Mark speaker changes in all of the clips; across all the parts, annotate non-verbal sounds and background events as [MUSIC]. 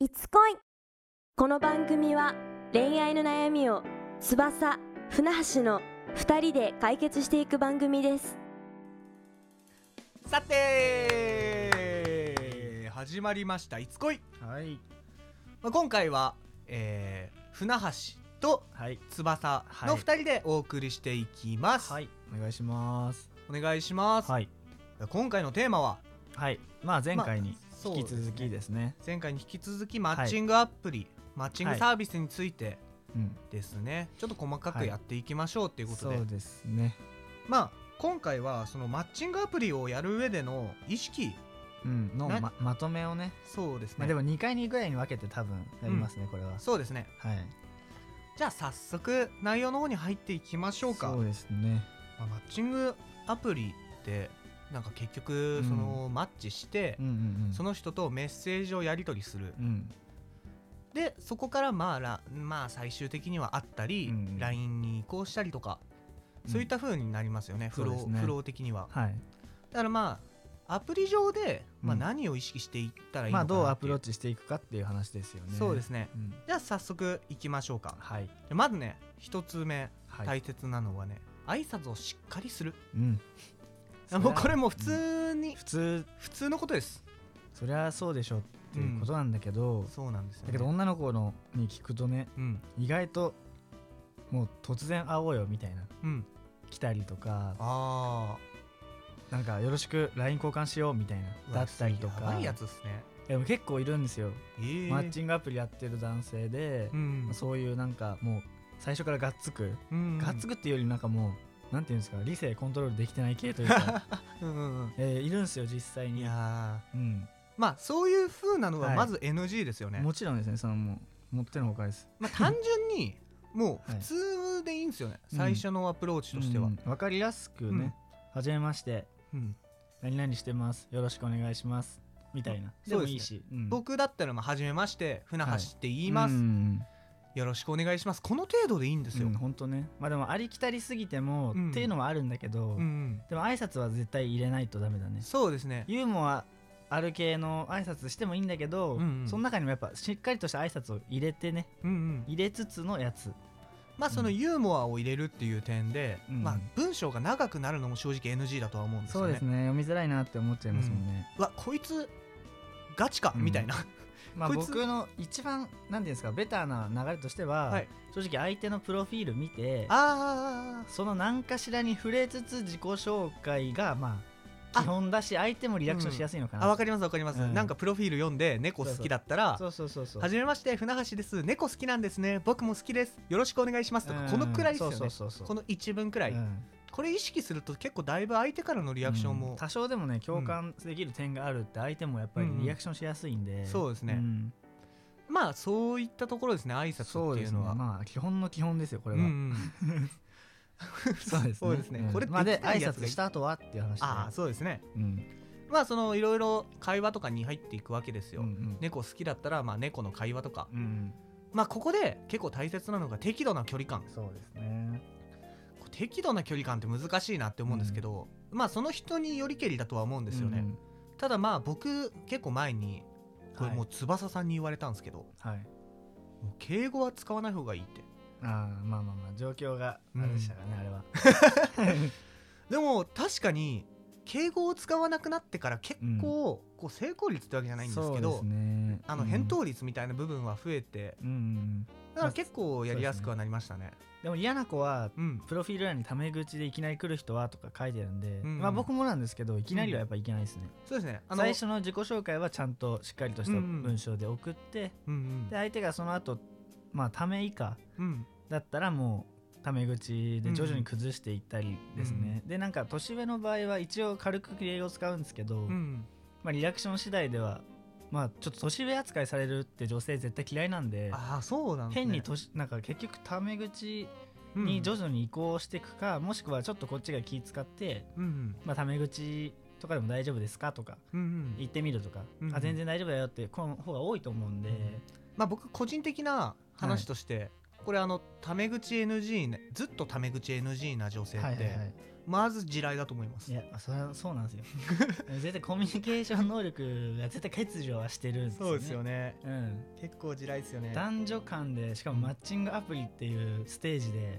Speaker 1: いつ恋この番組は恋愛の悩みを翼船橋の2人で解決していく番組です
Speaker 2: さて始まりました「いつ恋
Speaker 3: はい、」
Speaker 2: まあ今回は、えー船橋と
Speaker 3: はい、
Speaker 2: 翼
Speaker 3: はい
Speaker 2: の2人でお送りしていきます、
Speaker 3: はい、お願いします。
Speaker 2: お願いします、
Speaker 3: はい、
Speaker 2: 今回のテーマは
Speaker 3: はい、まあ前回に
Speaker 2: そう
Speaker 3: 引き
Speaker 2: ですね
Speaker 3: 続きですね。
Speaker 2: 前回に引き続きマッチングアプリ、マッチングサービスについて
Speaker 3: うん、
Speaker 2: ですね、ちょっと細か
Speaker 3: は
Speaker 2: く
Speaker 3: い
Speaker 2: やっていきましょうということ
Speaker 3: そ
Speaker 2: で、
Speaker 3: うですね。
Speaker 2: まあ今回はそのマッチングアプリをやる上での意識
Speaker 3: うん、の
Speaker 2: な
Speaker 3: ままとめをね、
Speaker 2: そうですね、
Speaker 3: まあでも二回にぐらいに分けて多分やりますね、これは。
Speaker 2: そうですね
Speaker 3: はい。
Speaker 2: じゃあ早速内容の方に入っていきましょうか
Speaker 3: そうですね。
Speaker 2: まあ、マッチングアプリってなんか結
Speaker 3: う
Speaker 2: 局
Speaker 3: ん
Speaker 2: その、マッチして、
Speaker 3: うんうんうん。
Speaker 2: その人とメッセージをやり取りする、
Speaker 3: うん、
Speaker 2: でそこからまあらまあ最終的には会ったり、
Speaker 3: うん
Speaker 2: LINE に移行したりとか、
Speaker 3: うん
Speaker 2: そういった風になりますよねフロ
Speaker 3: そうで
Speaker 2: ー
Speaker 3: すね
Speaker 2: フロー的には
Speaker 3: はい。
Speaker 2: だからまあアプリ上で、まあ、
Speaker 3: うん
Speaker 2: 何を意識していったらいいのかな
Speaker 3: まあ
Speaker 2: っていう、
Speaker 3: どうアプローチしていくかっていう話ですよね。
Speaker 2: そうですね
Speaker 3: うん。
Speaker 2: じゃあ早速いきましょうか
Speaker 3: はい。
Speaker 2: でまずね一つ目
Speaker 3: はい。
Speaker 2: 大切なのはね、挨拶をしっかりする
Speaker 3: うん。そりゃ
Speaker 2: もうこれもう普通に、
Speaker 3: 普通、
Speaker 2: 普通のことです
Speaker 3: そりゃそうでしょっていうことなんだけど、
Speaker 2: そうなんですよ、ね、
Speaker 3: だけど女の子のに聞くとね、
Speaker 2: うん
Speaker 3: 意外ともう突然会おうよみたいな
Speaker 2: うん
Speaker 3: 来たりとか
Speaker 2: あ
Speaker 3: なんかよろしく LINE 交換しようみたい
Speaker 2: あ
Speaker 3: なだったりと
Speaker 2: や
Speaker 3: か
Speaker 2: ばいやつっすね
Speaker 3: でも結構いるんですよ、
Speaker 2: えー
Speaker 3: マッチングアプリやってる男性で
Speaker 2: う、ん
Speaker 3: そういうなんかもう最初からがっつく、
Speaker 2: うん
Speaker 3: がっつくっていうよりなんかもうなんていうんですか理性コントロールできてない系という
Speaker 2: [LAUGHS]
Speaker 3: か、
Speaker 2: うんうん
Speaker 3: えーいるんですよ実際
Speaker 2: うんい
Speaker 3: に、
Speaker 2: や
Speaker 3: うん
Speaker 2: ーまあそういう風なのは
Speaker 3: はい
Speaker 2: まず NG ですよね、
Speaker 3: もちろんですねそのもう持ってのほかです
Speaker 2: まあ単純にもう
Speaker 3: はい
Speaker 2: 普通でいいんですよね、
Speaker 3: うん
Speaker 2: 最初のアプローチとしては、
Speaker 3: うんわかりやすくね、
Speaker 2: うん
Speaker 3: はじめまして
Speaker 2: うん
Speaker 3: 何々してますよろしくお願いしますみたいな
Speaker 2: そうですね
Speaker 3: でもいいし、うん
Speaker 2: 僕だったらまあ初めまして船橋って言います、
Speaker 3: うん
Speaker 2: よろしくお願いしますこの程度でいいんですよ、
Speaker 3: う、
Speaker 2: うんん
Speaker 3: ほんとねまあでもありきたりすぎても、
Speaker 2: うん
Speaker 3: っていうのはあるんだけど、
Speaker 2: うん
Speaker 3: でも挨拶は絶対入れないとダメだね
Speaker 2: そうですね
Speaker 3: ユーモアある系の挨拶してもいいんだけど、
Speaker 2: うんうん
Speaker 3: その中にもやっぱしっかりとした挨拶を入れてね
Speaker 2: うんうん
Speaker 3: 入れつつのやつ
Speaker 2: まあそのユーモアを入れるっていう点で、
Speaker 3: うん
Speaker 2: まあ文章が長くなるのも正直 NG だとは思うんですよね。
Speaker 3: ね読みづらいなって思っちゃいますもんね、
Speaker 2: うわこいつガチか、
Speaker 3: うん
Speaker 2: みたいな。
Speaker 3: まあ
Speaker 2: こいつ
Speaker 3: 僕の一番なんていうんですかベターな流れとしては、
Speaker 2: はい
Speaker 3: 正直相手のプロフィール見て
Speaker 2: [LAUGHS] あ
Speaker 3: その何かしらに触れつつ自己紹介がまあ
Speaker 2: あ
Speaker 3: 基本だし相手もリアクションしやすいのか
Speaker 2: ー
Speaker 3: な、
Speaker 2: あわかりますわかります、
Speaker 3: うん
Speaker 2: なんかプロフィール読んで猫好きだったら
Speaker 3: そうそうそうそう
Speaker 2: はじめまして船橋です猫好きなんですね僕も好きですよろしくお願いします」とか、このくらいですよね
Speaker 3: そうそうそうそう
Speaker 2: この一文くらい、
Speaker 3: うん
Speaker 2: これ意識すると結構だいぶ相手からのリアクション
Speaker 3: うん
Speaker 2: も、
Speaker 3: 多少でもね共感できる点があるって相手もやっぱりリアクションしやすいんで、
Speaker 2: そうですね
Speaker 3: ん
Speaker 2: まあそういったところですね挨拶
Speaker 3: そ
Speaker 2: っ
Speaker 3: う
Speaker 2: ていう
Speaker 3: ですね
Speaker 2: のは。
Speaker 3: まあ基本の基本ですよこ
Speaker 2: う
Speaker 3: れ
Speaker 2: んう
Speaker 3: は、
Speaker 2: ん
Speaker 3: [LAUGHS] そうです
Speaker 2: [LAUGHS]
Speaker 3: ね
Speaker 2: そうですね
Speaker 3: ん
Speaker 2: これ
Speaker 3: まあで
Speaker 2: できな
Speaker 3: 挨
Speaker 2: いやつが
Speaker 3: 拶した後はっていう話で
Speaker 2: ああそうですね
Speaker 3: うん
Speaker 2: まあそのいろいろ会話とかに入っていくわけですよ、
Speaker 3: うんうん
Speaker 2: 猫好きだったらまあ猫の会話とか、
Speaker 3: うん
Speaker 2: まあここで結構大切なのが適度な距離感
Speaker 3: そうですね
Speaker 2: 適度な距離感って難しいなって思うんですけど、まあその人によりけりだとは思うんですよね、
Speaker 3: うん
Speaker 2: ただまあ僕結構前にこれ
Speaker 3: はい
Speaker 2: もう翼さんに言われたんですけど、
Speaker 3: はい
Speaker 2: もう敬語は使わない方がいいって
Speaker 3: ああまあまあまあ状況があれでしたからね、あれは
Speaker 2: [LAUGHS] でも確かに敬語を使わなくなってから結構こう成功率ってわけじゃないんですけど、
Speaker 3: そうですね
Speaker 2: あの返答率みたいな部分は増えて、
Speaker 3: うん、うんうん
Speaker 2: だから結構やりやすくはなりましたね。
Speaker 3: でも嫌な子は
Speaker 2: うん、
Speaker 3: プロフィール欄にタメ口でいきなり来る人はとか書いてるんで、
Speaker 2: んうん
Speaker 3: まあ僕もなんですけどいきなりはやっぱいけないですね、
Speaker 2: そうですね。あの
Speaker 3: 最初の自己紹介はちゃんとしっかりとした
Speaker 2: うんうん
Speaker 3: 文章で送って、
Speaker 2: うん
Speaker 3: で相手がその後まあタメ以下
Speaker 2: うんうん
Speaker 3: だったらもうタメ口で徐々に崩していったりですね、でなんか年上の場合は一応軽く敬語を使うんですけど、
Speaker 2: うん
Speaker 3: まあ、リアクション次第ではまあちょっと年上扱いされるって女性絶対嫌いなんで
Speaker 2: ああそうなんですね
Speaker 3: 変に年なんか結局タメ口
Speaker 2: うん
Speaker 3: に徐々に移行していくか、もしくはちょっとこっちが気使って、
Speaker 2: うん
Speaker 3: まあ、タメ口とかでも大丈夫ですかとか
Speaker 2: うんうん
Speaker 3: 言ってみるとか、
Speaker 2: うん
Speaker 3: あ全然大丈夫だよってこの方が多いと思うんで、
Speaker 2: うんまあ僕個人的な話として、これあのタメ口 NG ねずっとタメ口 NG な女性って、
Speaker 3: はいはいはい
Speaker 2: まず地雷だと思います
Speaker 3: いやそれはそうなんで
Speaker 2: [LAUGHS]
Speaker 3: すよ絶対コミュニケーション能力が絶対欠如はしてるんですよね
Speaker 2: そうですよね
Speaker 3: うん、
Speaker 2: 結構地雷ですよね
Speaker 3: 男女間でしかもマッチングアプリっていうステージで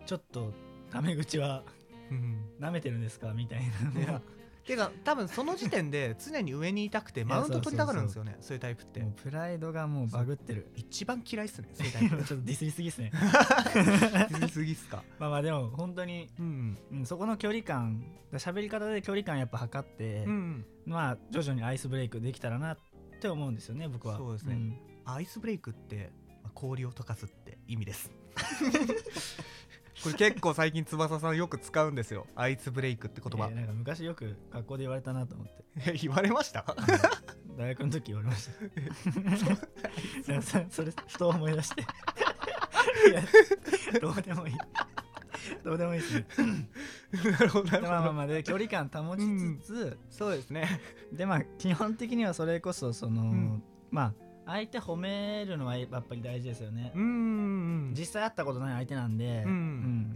Speaker 2: うん
Speaker 3: ちょっとタメ口は
Speaker 2: うん
Speaker 3: 舐めてるんですかみたい
Speaker 2: い
Speaker 3: な
Speaker 2: やてか多分その時点で常に上にいたくてマウント取りたがるんですよねそういうタイプって
Speaker 3: もうプライドがもうバグってる
Speaker 2: 一番嫌いっすねそういうタ
Speaker 3: ちょ
Speaker 2: イ
Speaker 3: っ
Speaker 2: プ
Speaker 3: とディスりすぎですね
Speaker 2: [LAUGHS] 言い過ぎっすか
Speaker 3: まあまあでも本当に、
Speaker 2: うん
Speaker 3: うん、そこの距離感喋り方で距離感やっぱ測って、
Speaker 2: うん、うん、
Speaker 3: まあ徐々にアイスブレイクできたらなって思うんですよね僕は
Speaker 2: そうですね
Speaker 3: ん
Speaker 2: アイスブレイクってまあ氷を溶かすって意味です [LAUGHS] これ結構最近翼さんよく使うんですよアイスブレイクって言
Speaker 3: いやなんか昔よく学校で言われたなと
Speaker 2: [LAUGHS]
Speaker 3: 思って
Speaker 2: え言われました [LAUGHS]
Speaker 3: 大学の時言われましたなんか [LAUGHS] そそれふと思い
Speaker 2: [LAUGHS]
Speaker 3: 出していやどうでもいいどうでもいいですね
Speaker 2: なるほどな
Speaker 3: で
Speaker 2: る
Speaker 3: まあまあ
Speaker 2: ほど
Speaker 3: まあで距離感保ちつつ、
Speaker 2: そうですね
Speaker 3: でまあ基本的にはそれこそその、
Speaker 2: ん
Speaker 3: まあ相手褒めるのはやっぱり大事ですよね、
Speaker 2: うんうん
Speaker 3: 実際会ったことない相手なんで、
Speaker 2: うん
Speaker 3: う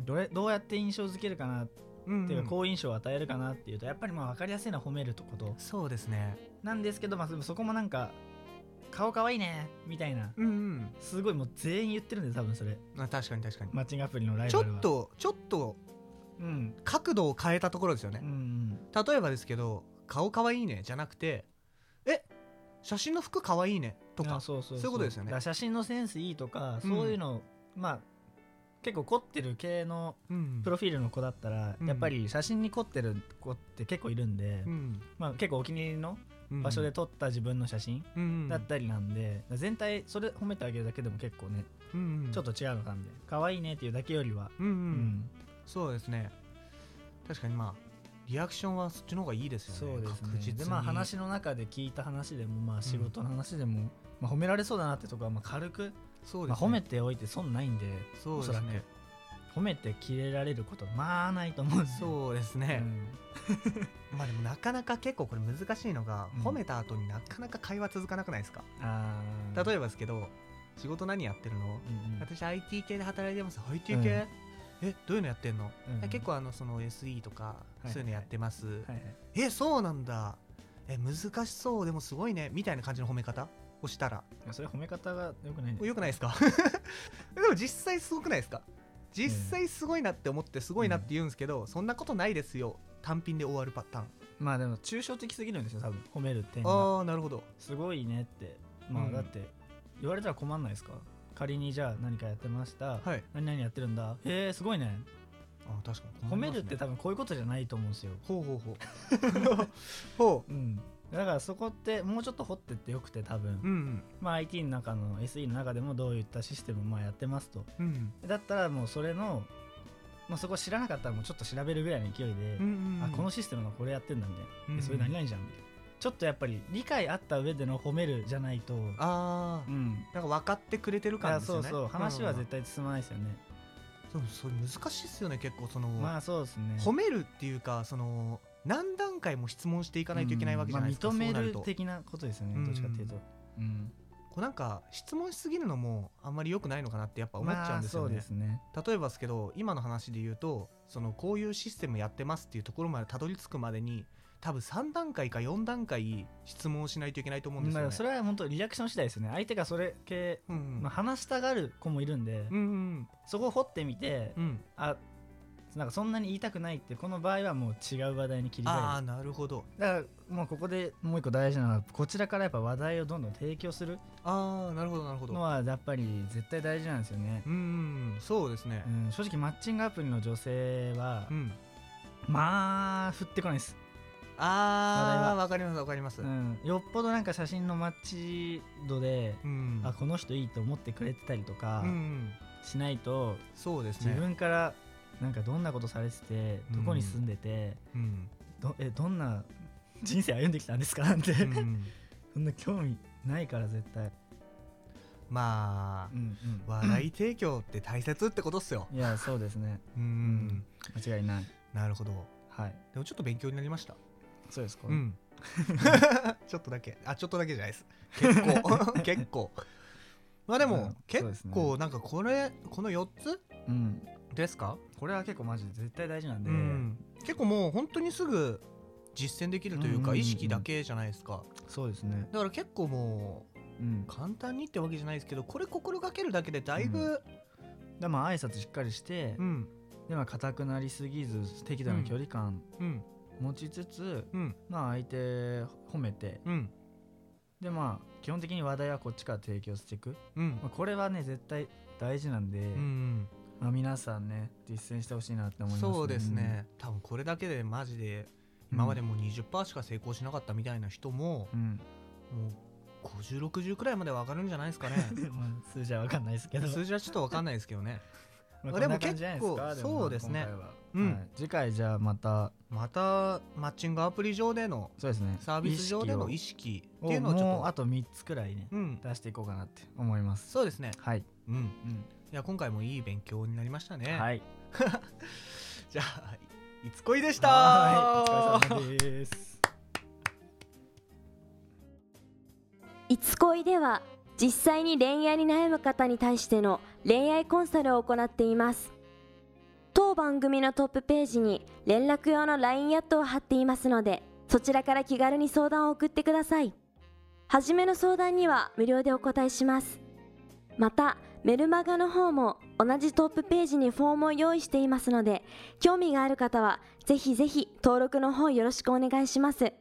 Speaker 3: んどれどうやって印象づけるかなって
Speaker 2: うん
Speaker 3: いうか好印象を与えるかなっていうとやっぱりまあ分かりやすいのは褒めるとこと
Speaker 2: そうですね
Speaker 3: なんですけど、まあ、でもそこもなんか顔かわいいねみたいな
Speaker 2: うんうん
Speaker 3: すごいもう全員言ってるんで多分それ
Speaker 2: あ確かに確かに
Speaker 3: マッチングアプリのライ
Speaker 2: ちょ
Speaker 3: バルは
Speaker 2: っとちょっと
Speaker 3: うん
Speaker 2: 角度を変えたところですよね
Speaker 3: うんうん
Speaker 2: 例えばですけど「顔かわいいね」じゃなくて「え写真の服かわいいね」とか
Speaker 3: あそうそう
Speaker 2: そういうことですよね
Speaker 3: だから写真のセンスいいとか、
Speaker 2: うん
Speaker 3: そういうのまあ結構凝ってる系の
Speaker 2: うん
Speaker 3: プロフィールの子だったら、
Speaker 2: うん
Speaker 3: やっぱり写真に凝ってる子って結構いるんで、
Speaker 2: うん
Speaker 3: まあ、結構お気に入りの
Speaker 2: うん
Speaker 3: 場所で撮った自分の写真
Speaker 2: うん
Speaker 3: だったりなんで、だから全体それ褒めてあげるだけでも結構ね、
Speaker 2: うんうん
Speaker 3: ちょっと違うのかみたいな可愛いねっていうだけよりは、
Speaker 2: うんう
Speaker 3: うん
Speaker 2: そうですね確かにまあリアクションはそっちの方がいいです
Speaker 3: そ
Speaker 2: よ
Speaker 3: う
Speaker 2: ね
Speaker 3: です
Speaker 2: 確
Speaker 3: ね
Speaker 2: 実
Speaker 3: で
Speaker 2: に
Speaker 3: まあ話の中で聞いた話でもまあ仕事の話でも、まあ、褒められそうだなってとこはまあ軽く、
Speaker 2: そう
Speaker 3: ま
Speaker 2: で
Speaker 3: あ、
Speaker 2: すね
Speaker 3: 褒めておいて損ないんで
Speaker 2: そうですね
Speaker 3: 褒めてキレられることまあないと思うんですよ
Speaker 2: そうですね、
Speaker 3: うん
Speaker 2: まあでもなかなか結構これ難しいのが、
Speaker 3: うん
Speaker 2: 褒めた後になかなか会話続かなくないですか
Speaker 3: あー
Speaker 2: 例えばですけど仕事何やってるの
Speaker 3: うんうん
Speaker 2: 私 IT 系で働いてます IT 系、えどういうのやってんの、
Speaker 3: うんうん
Speaker 2: 結構あのその SE とか
Speaker 3: いはい
Speaker 2: そういうのやってます、
Speaker 3: はいはい
Speaker 2: えそうなんだえ難しそうでもすごいねみたいな感じの褒め方をしたら
Speaker 3: いやそれ褒め方が良くないね
Speaker 2: よくないですか [LAUGHS] でも実際すごくないですか実際すごいなって思ってすごいなって言うんですけど、そんなことないですよ単品で終わるパターン
Speaker 3: まあでも抽象的すぎるんですよ多分褒める点が
Speaker 2: ああなるほど
Speaker 3: すごいねってま
Speaker 2: う
Speaker 3: あ
Speaker 2: ん
Speaker 3: だって言われたら困んないですか仮にじゃあ何かやってました、
Speaker 2: はい
Speaker 3: 何々やってるんだへえすごいね
Speaker 2: あー確かに
Speaker 3: 褒めるって
Speaker 2: た
Speaker 3: 多分こういうことじゃないと思うんですよ
Speaker 2: ほうほうほう [LAUGHS] ほ
Speaker 3: うんだからそこってもうちょっと掘ってってよくて多
Speaker 2: う
Speaker 3: 分、
Speaker 2: うん
Speaker 3: まあ IT の中の SE の中でもどういったシステムをまあやってますと
Speaker 2: うん
Speaker 3: だったらもうそれの、まあ、そこ知らなかったらもうちょっと調べるぐらいの勢いで、
Speaker 2: うんうんうん
Speaker 3: あこのシステムがこれやってんだみたいな、
Speaker 2: うんう
Speaker 3: え
Speaker 2: ん
Speaker 3: それ何々じゃんみたいなちょっとやっぱり理解あった上での褒めるじゃないと
Speaker 2: ああ
Speaker 3: うん
Speaker 2: なんか分かってくれてる
Speaker 3: だか
Speaker 2: 感
Speaker 3: ら
Speaker 2: じですよ
Speaker 3: そう
Speaker 2: ね
Speaker 3: そう話は絶
Speaker 2: 対、
Speaker 3: 対進まないですよね、
Speaker 2: そうそれ難しいっすよね結構その、
Speaker 3: まあそうですね
Speaker 2: 褒めるっていうかその何段階も質問していかないといけないわけじゃないですか、
Speaker 3: うんまあ、認め
Speaker 2: そうな
Speaker 3: る
Speaker 2: ると
Speaker 3: 的なことですよね、
Speaker 2: うん
Speaker 3: どっちかっていうと、うん、
Speaker 2: こうなんか質問しすぎるのもあんまり良くないのかなってやっぱ思っちゃうんですよ
Speaker 3: まあ、そう
Speaker 2: ね、
Speaker 3: ですね
Speaker 2: 例えばですけど今の話で言うとそのこういうシステムやってますっていうところまでたどり着くまでに多分3段階か4段階質問をしないといけないと思うんですよね
Speaker 3: まあ、それは本当リアクション次第ですよね相手がそれ系、
Speaker 2: うんうん
Speaker 3: まあ、話したがる子もいるんで、
Speaker 2: うんうん
Speaker 3: そこを掘ってみて、
Speaker 2: うん
Speaker 3: あなんかそんなに言いたくないってこの場合はもう違う話題に切り替える
Speaker 2: ああなるほど
Speaker 3: だからもうここでもう一個大事なのはこちらからやっぱ話題をどんどん提供する
Speaker 2: ああなるほどなるほど
Speaker 3: のはやっぱり絶対大事なんですよね
Speaker 2: う、んうんそうですね
Speaker 3: うん、正直マッチングアプリの女性は、
Speaker 2: うん、
Speaker 3: まあ降ってこないです、
Speaker 2: あ
Speaker 3: 話題は
Speaker 2: あわかりますわかります
Speaker 3: う
Speaker 2: うん、
Speaker 3: ん、よっぽどなんか写真のマッチ度で、あこの人いいと思ってくれてたりとか
Speaker 2: うんうん
Speaker 3: しないと、
Speaker 2: そうです
Speaker 3: 自
Speaker 2: ね
Speaker 3: 分からなんかどんなことされててどこに住んでて、
Speaker 2: うん
Speaker 3: どえどんな人生歩んできたんですかなんて、
Speaker 2: うんうん
Speaker 3: [LAUGHS] そんな興味ないから絶対、
Speaker 2: まあ、
Speaker 3: うん
Speaker 2: 話題提供って大切ってことっすよ
Speaker 3: うん、いやそうですね
Speaker 2: うん、
Speaker 3: ん間違いない
Speaker 2: なるほど
Speaker 3: はい
Speaker 2: でもちょっと勉強になりました
Speaker 3: そうですか、 [LAUGHS]
Speaker 2: ん [LAUGHS] ちょっとだけあちょっとだけじゃないです結構結構まあで
Speaker 3: う
Speaker 2: も
Speaker 3: んそうです
Speaker 2: 結
Speaker 3: ね
Speaker 2: 構なんかこれこの4つ
Speaker 3: うん、
Speaker 2: ですか
Speaker 3: これは結構マジで絶対大事なんで、
Speaker 2: うん結構もう本当にすぐ実践できるという
Speaker 3: うんうんうんう
Speaker 2: か
Speaker 3: ん
Speaker 2: 意識だけじゃないですか
Speaker 3: そうですね、
Speaker 2: だから結構も
Speaker 3: うん
Speaker 2: う、簡単にってわけじゃないですけどこれ心がけるだけでだいぶ
Speaker 3: でまあ挨拶しっかりして、
Speaker 2: うん
Speaker 3: でまあ硬くなりすぎず適度な距離感
Speaker 2: うん
Speaker 3: 持ちつつ、
Speaker 2: うん
Speaker 3: まあ相手褒めて
Speaker 2: うん
Speaker 3: でまあ基本的に話題はこっちから提供していく、
Speaker 2: うん
Speaker 3: まあ、これはね絶対大事なんで、
Speaker 2: うん
Speaker 3: まあ、皆さんね実践してほしいなって思います、
Speaker 2: そうですね多分これだけでマジで今までもう20%しか成功しなかったみたいな人も
Speaker 3: うん、
Speaker 2: もう5060くらいまでは上がるんじゃないですかね
Speaker 3: まあ数字は分かん [LAUGHS] ないですけど
Speaker 2: 数字はちょっとわかんないですけどね
Speaker 3: まあ
Speaker 2: でも
Speaker 3: こんな感じじゃない
Speaker 2: 結
Speaker 3: ですか
Speaker 2: 構
Speaker 3: もまあ
Speaker 2: そうですね
Speaker 3: 今回は
Speaker 2: うん
Speaker 3: はい次回じゃあまた
Speaker 2: またマッチングアプリ上での
Speaker 3: そうですね
Speaker 2: サービス上での意
Speaker 3: 意識
Speaker 2: 識っ
Speaker 3: を
Speaker 2: ていうのをちょ
Speaker 3: もう
Speaker 2: っ
Speaker 3: あと3つくらいね
Speaker 2: とうん
Speaker 3: 出していこうかなって思います
Speaker 2: そうですね
Speaker 3: はい、
Speaker 2: うん
Speaker 3: うん
Speaker 2: いや今回もいい勉強になりましたね、
Speaker 3: はい
Speaker 2: じゃあいつこいでした
Speaker 3: はいお疲れ様です
Speaker 1: いつ恋では実際に恋愛に悩む方に対しての恋愛コンサルを行っています当番組のトップページに連絡用の LINE アットを貼っていますのでそちらから気軽に相談を送ってください初めの相談には無料でお答えしますまたメルマガの方も同じトップページにフォームを用意していますので興味がある方はぜひぜひ登録の方よろしくお願いします